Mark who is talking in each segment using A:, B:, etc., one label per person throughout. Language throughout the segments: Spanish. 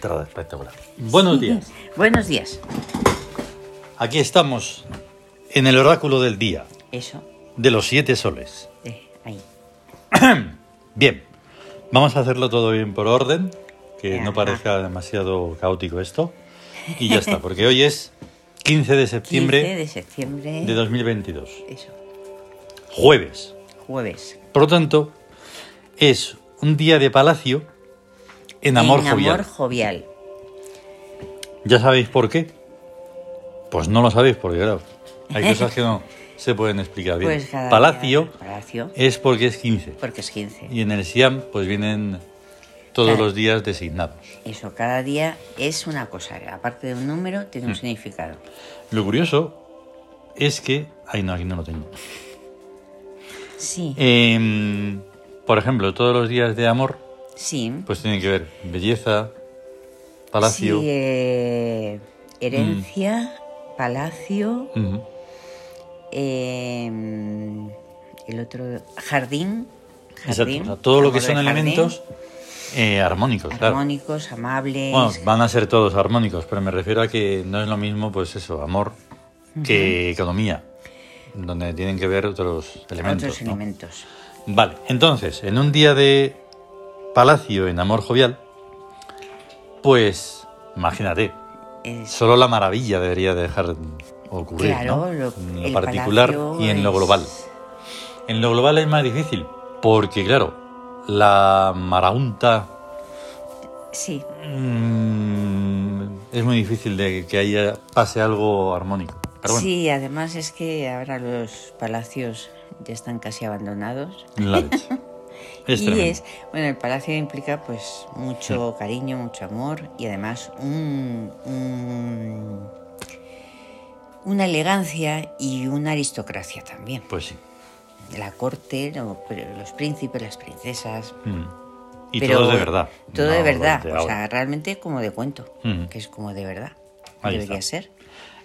A: Todo espectacular. Buenos días.
B: Buenos días.
A: Aquí estamos en el oráculo del día
B: Eso.
A: de los siete soles.
B: eh, ahí.
A: Bien, vamos a hacerlo todo bien por orden, que
B: Ajá.
A: no parezca demasiado caótico esto. Y ya está, porque hoy es 15 de
B: 15
A: septiembre
B: de septiembre.
A: de 2022,
B: Eso.
A: jueves.
B: Jueves.
A: Por lo tanto, es un día de palacio en amor
B: En
A: jovial.
B: amor jovial.
A: ¿Ya sabéis por qué? Pues no lo sabéis porque, claro, hay cosas que no se pueden explicar bien.
B: Pues cada
A: Palacio
B: día- palacio.
A: es porque es 15.
B: Porque es 15.
A: Y en el Siam, pues vienen todos
B: Claro.
A: los días designados.
B: Eso, cada día es una cosa. Aparte de un número, tiene
A: Mm.
B: un significado.
A: Lo curioso es que. Ay, no, aquí no lo tengo.
B: Sí,
A: Em, por ejemplo, todos los días de amor,
B: sí.
A: pues tienen que ver belleza, palacio. Mm.
B: Sí, eh, herencia, palacio,
A: Ujú.
B: eh, el otro, jardín.
A: Exacto,
B: jardín
A: o sea, todo lo
B: amor
A: que
B: de
A: son
B: jardín,
A: elementos eh, armónicos, claro.
B: Armónicos, amables.
A: Bueno, van a ser todos armónicos, pero me refiero a que no es lo mismo, pues eso, amor que economía, donde tienen que ver otros elementos.
B: otros
A: ¿no?
B: elementos.
A: Vale, entonces, en un día de palacio en amor jovial, pues imagínate,
B: Es-
A: solo la maravilla debería dejar ocurrir,
B: Claro,
A: ¿no?
B: lo-
A: en
B: el
A: lo particular
B: palacio
A: y en lo
B: es-
A: global. En lo global es más difícil, porque claro, la maraunta
B: sí,
A: Mm, es muy difícil de que haya pase algo armónico. Pero bueno,
B: sí, además es que ahora los palacios ya están casi abandonados.
A: la leche. Es
B: y
A: tremendo.
B: es, bueno, el palacio implica pues mucho cariño, mucho amor y además un, un- una elegancia y una aristocracia también.
A: Pues sí.
B: La corte, lo- pero los príncipes, las princesas.
A: Mm. Y
B: pero
A: todo de verdad.
B: Todo
A: no
B: de
A: de
B: verdad, o
A: ahora.
B: sea, realmente como de cuento,
A: Mm.
B: que es como de verdad.
A: Ahí
B: debería
A: está.
B: ser.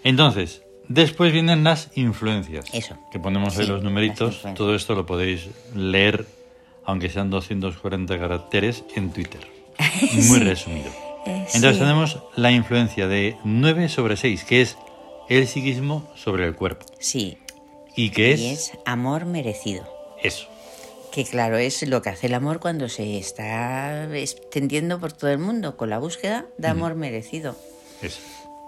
A: Entonces, después vienen las influencias.
B: Eso.
A: Que ponemos ahí
B: Sí,
A: los
B: las
A: numeritos.
B: influencias.
A: Todo esto lo podéis leer, aunque sean 240 caracteres, en Twitter. Muy resumido.
B: Eh,
A: Entonces
B: sí.
A: tenemos la influencia de 9 sobre 6, que es el psiquismo sobre el cuerpo.
B: Sí,
A: Y que
B: y
A: es
B: es amor merecido.
A: eso.
B: Que claro, es lo que hace el amor cuando se está extendiendo por todo el mundo, con la búsqueda de amor merecido.
A: Eso.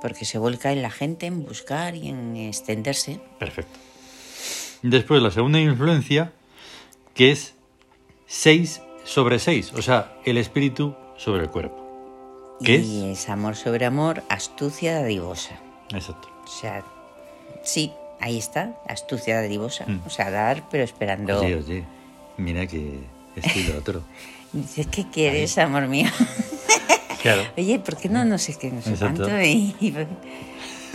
B: Porque se vuelca en la gente, en buscar y en extenderse.
A: Perfecto. Después la segunda influencia, que es 6 sobre 6, o sea, el espíritu sobre el cuerpo. ¿Qué
B: Y es amor sobre amor, astucia dadivosa.
A: Exacto.
B: O sea, sí, ahí está, astucia dadivosa.
A: Mm.
B: O sea, dar, pero esperando.
A: Oye, oye, mira que estilo otro.
B: Dices, ¿qué quieres, amor mío?
A: Claro.
B: Oye, ¿por qué no no sé qué, no sé
A: Exacto.
B: cuánto? Y, y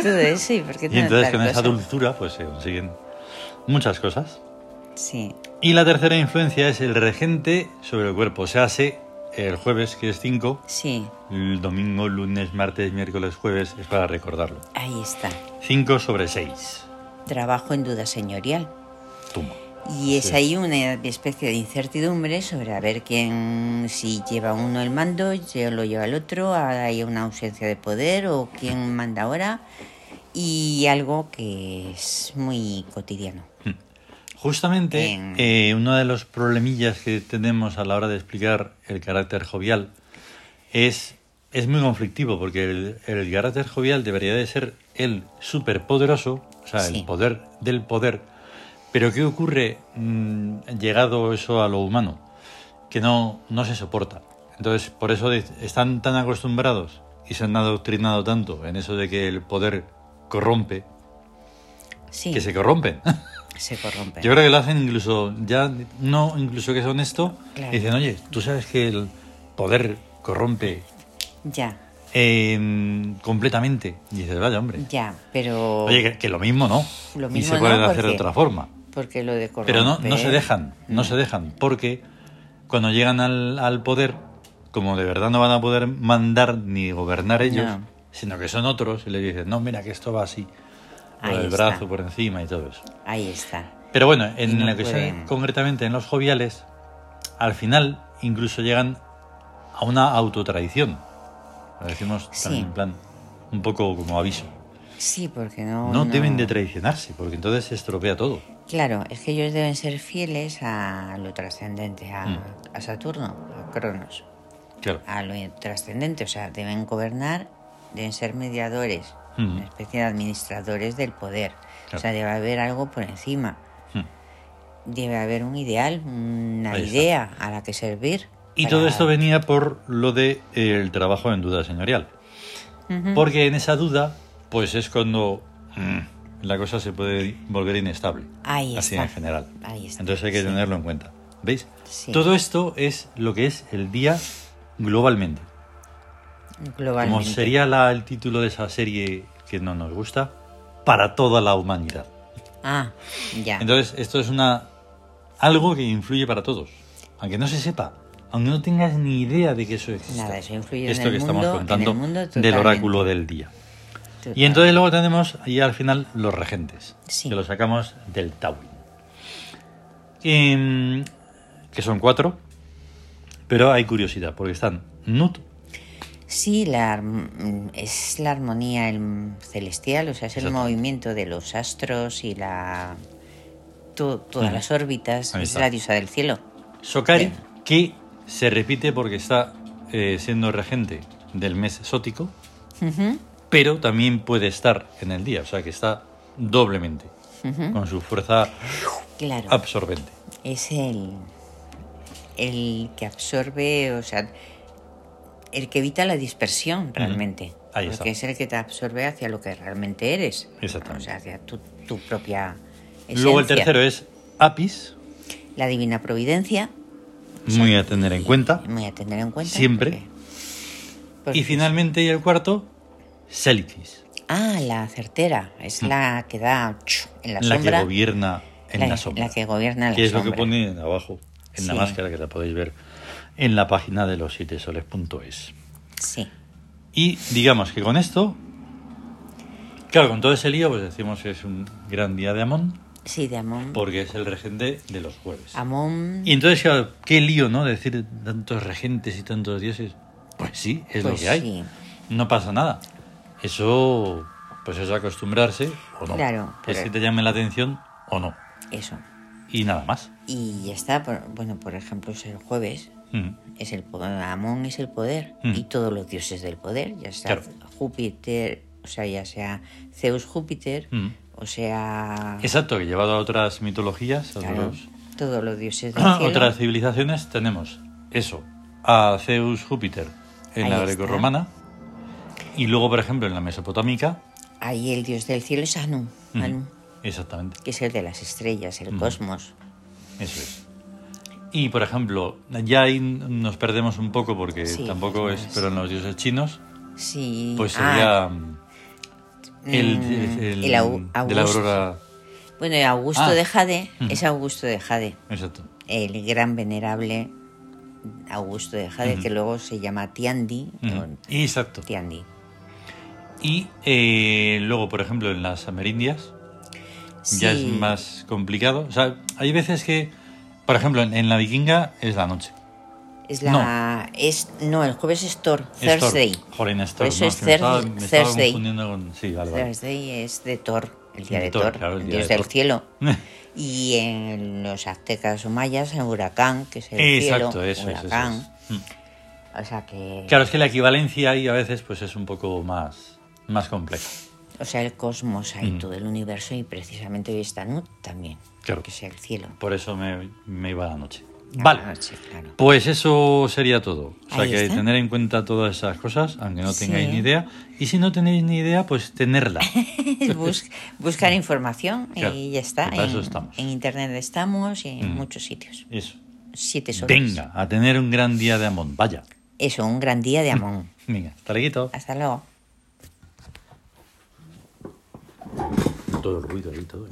B: todo eso, ¿y por qué
A: Y entonces
B: tal
A: con esa
B: cosa?
A: dulzura pues se consiguen muchas cosas.
B: Sí,
A: Y la tercera influencia es el regente sobre el cuerpo. Se hace el jueves, que es 5,
B: sí,
A: el domingo, lunes, martes, miércoles, jueves, es para recordarlo.
B: ahí está.
A: 5 sobre 6.
B: Trabajo en duda señorial.
A: Toma.
B: Y es
A: Sí.
B: ahí una especie de incertidumbre sobre a ver quién, si lleva uno el mando, si lo lleva el otro, hay una ausencia de poder o quién manda ahora. Y algo que es muy cotidiano.
A: Justamente
B: En-
A: eh, uno de los problemillas que tenemos a la hora de explicar el carácter jovial es, es muy conflictivo porque el, el carácter jovial debería de ser el superpoderoso, o sea,
B: Sí.
A: el poder del poder. Pero ¿qué ocurre mm, llegado eso a lo humano? Que no, no se soporta. Entonces, por eso de- están tan acostumbrados y se han adoctrinado tanto en eso de que el poder corrompe,
B: Sí,
A: que se corrompen.
B: se corrompe.
A: Yo creo que lo hacen incluso, ya no incluso que es honesto,
B: Claro.
A: dicen, oye, tú sabes que el poder corrompe
B: Ya,
A: eh, completamente. Y dices, vaya, hombre.
B: ya, pero...
A: Oye, que, que lo mismo no.
B: Lo
A: y
B: mismo
A: se puede
B: no,
A: hacer de
B: porque-
A: otra forma.
B: Porque lo de corromper...
A: Pero no, no se dejan, no
B: Mm.
A: se dejan, porque cuando llegan al, al poder, como de verdad no van a poder mandar ni gobernar ellos,
B: No.
A: sino que son otros, y les dicen, no, mira que esto va así, con
B: Ahí
A: el
B: está.
A: brazo por encima y todo eso.
B: Ahí está.
A: Pero bueno, en
B: no
A: la que se-
B: pueden.
A: concretamente en los joviales, al final incluso llegan a una autotraición. Lo decimos
B: Sí.
A: también en plan, un poco como aviso.
B: Sí, porque no...
A: no deben de traicionarse, porque entonces se estropea todo.
B: Claro, es que ellos deben ser fieles a lo trascendente, a,
A: Mm.
B: a Saturno, a Cronos,
A: Claro.
B: a lo trascendente. O sea, deben gobernar, deben ser mediadores,
A: Ujú.
B: una especie de administradores del poder. O
A: Mm. Claro.
B: sea, debe haber algo por encima.
A: Hmm.
B: Debe haber un ideal, una
A: Ahí está.
B: idea a la que servir.
A: Y
B: para-
A: todo esto venía por lo de eh, el trabajo en duda señorial.
B: Ujú.
A: Porque en esa duda, pues es cuando mm, la cosa se puede volver inestable.
B: Ahí
A: así
B: está.
A: en general.
B: Ahí está,
A: Entonces hay que
B: sí.
A: tenerlo en cuenta. ¿Veis?
B: Sí.
A: Todo esto es lo que es el día globalmente. Como
B: Globalmente.
A: sería la- el título de esa serie que no nos gusta, para toda la humanidad.
B: Ah, ya.
A: Entonces, esto es una algo que influye para todos, aunque no se sepa, aunque no tengas ni idea de que eso existe.
B: Nada, eso influye en
A: Esto
B: el
A: que
B: mundo-
A: estamos contando
B: en el mundo
A: del
B: totalmente.
A: oráculo del día.
B: Total.
A: Y entonces luego tenemos y al final los regentes,
B: Sí.
A: que los sacamos del Tawin. Em, que son cuatro, pero hay curiosidad, porque están Nut,
B: Sí, la, arm- mm, es la armonía el- celestial, o sea, es el
A: Exactamente.
B: movimiento de los astros y la to- todas
A: Ujú.
B: las órbitas,
A: Ahí
B: es
A: está.
B: la diosa del cielo.
A: Sokari,
B: Bien.
A: que se repite porque está eh, siendo regente del mes sótico,
B: Ujú,
A: pero también puede estar en el día, o sea que está doblemente,
B: ujú.
A: con su fuerza
B: Claro,
A: absorbente.
B: es el, el que absorbe, o sea, el que evita la dispersión realmente.
A: Ahí
B: porque
A: está.
B: es el que te absorbe hacia lo que realmente eres.
A: Exactamente.
B: O sea, hacia tu, tu propia
A: Luego el
B: esencia.
A: tercero es Apis,
B: La divina providencia,
A: muy a tener en cuenta.
B: muy a tener en cuenta.
A: Siempre.
B: porque- porque
A: Y finalmente, y el cuarto, Selkis,
B: Ah, la certera. Es la que da chu, en la,
A: Mm. la
B: sombra.
A: que gobierna en la, sombra.
B: la que gobierna en la
A: que es lo que
B: sombra.
A: pone abajo en la
B: Sí.
A: máscara que la podéis ver en la página de los siete soles.es.
B: Sí.
A: Y digamos que con esto, claro, con todo ese lío, pues decimos que es un gran día de Amón,
B: Sí, de Amón.
A: porque es el regente de los jueves.
B: Amón.
A: Y entonces, claro, qué lío, ¿no? Decir tantos regentes y tantos dioses. Pues sí, es lo
B: Pues
A: que hay.
B: sí.
A: No pasa nada. Eso, pues es acostumbrarse o no.
B: Claro,
A: Es
B: pero-
A: que te llame la atención o no.
B: Eso.
A: Y nada más.
B: Y ya está. por- bueno, por ejemplo, es el jueves.
A: Mm.
B: Es el po- Amón es el poder.
A: Mm.
B: Y todos los dioses del poder. Ya sea
A: Claro.
B: Júpiter. O sea, ya sea Zeus Júpiter.
A: Mm.
B: O sea.
A: Exacto, que llevado a otras mitologías, a
B: claro,
A: otros-
B: todos los dioses del cielo.
A: Ah, otras civilizaciones, tenemos eso, a Zeus Júpiter en
B: Ahí
A: la
B: está.
A: grecorromana. Y luego, por ejemplo, en la mesopotámica.
B: Ahí el dios del cielo es Anu.
A: Ujú,
B: Anu,
A: Exactamente.
B: que es el de las estrellas, el
A: Ujú.
B: cosmos.
A: Eso es. Y por ejemplo, ya ahí nos perdemos un poco porque
B: Sí,
A: tampoco
B: es
A: es,
B: más.
A: pero en los dioses chinos,
B: Sí.
A: pues
B: ah,
A: sería mm, el,
B: mm,
A: el-
B: el Au-
A: de la
B: Augusto.
A: aurora.
B: Bueno, el Augusto
A: Ah.
B: de Jade
A: Ujú.
B: es Augusto de Jade,
A: Exacto.
B: el gran venerable Augusto de Jade,
A: Ujú.
B: que luego se llama Tiandi.
A: Ujú.
B: o
A: Exacto.
B: Tiandi.
A: Y eh, luego, por ejemplo, en las amerindias ya es
B: Sí,
A: más complicado. O sea, hay veces que, por ejemplo, en, en la vikinga es la noche.
B: Es la, es, no, el jueves es Thor,
A: Es Thor.
B: Thursday.
A: Jolín, es Thor,
B: Por eso
A: ¿no?
B: es
A: Que me estaba-
B: Thurs-
A: me estaba
B: Thursday.
A: confundiendo con... Sí, vale, vale.
B: Thursday es de Thor, el día
A: De
B: de,
A: Thor,
B: Thor,
A: claro, el
B: el
A: día
B: dios
A: de
B: del
A: Thor.
B: cielo. Y en los aztecas o mayas, el huracán, que es el
A: Exacto,
B: cielo,
A: eso es. eso
B: huracán.
A: es. Mm.
B: O sea que,
A: Claro, es que la equivalencia ahí a veces pues es un poco más, más compleja.
B: o sea, el cosmos ahí,
A: Ujú.
B: todo el universo y precisamente hoy está Nut también,
A: Claro.
B: que es el cielo.
A: Por eso me, me iba a la noche.
B: A
A: Vale.
B: la noche, claro.
A: Pues eso sería todo. O sea
B: Ahí
A: que
B: está.
A: tener en cuenta todas esas cosas, aunque no
B: Sí.
A: tengáis ni idea. Y si no tenéis ni idea, pues tenerla.
B: Bus- buscar información
A: Claro,
B: y ya está.
A: que para
B: en,
A: eso estamos.
B: en internet estamos y en muchos sitios.
A: Eso.
B: Siete soles.
A: Venga, a tener un gran día de Amón. Vaya.
B: Eso, un gran día de Amón.
A: Venga, hasta luego.
B: Hasta luego.
A: Todo el ruido ahí, todo.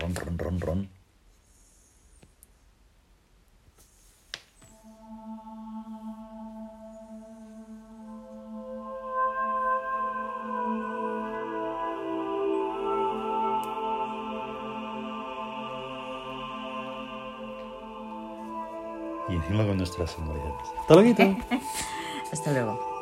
A: ron, ron, ron, ron. Y encima con nuestras sonoridades. Hasta luego.
B: Hasta luego.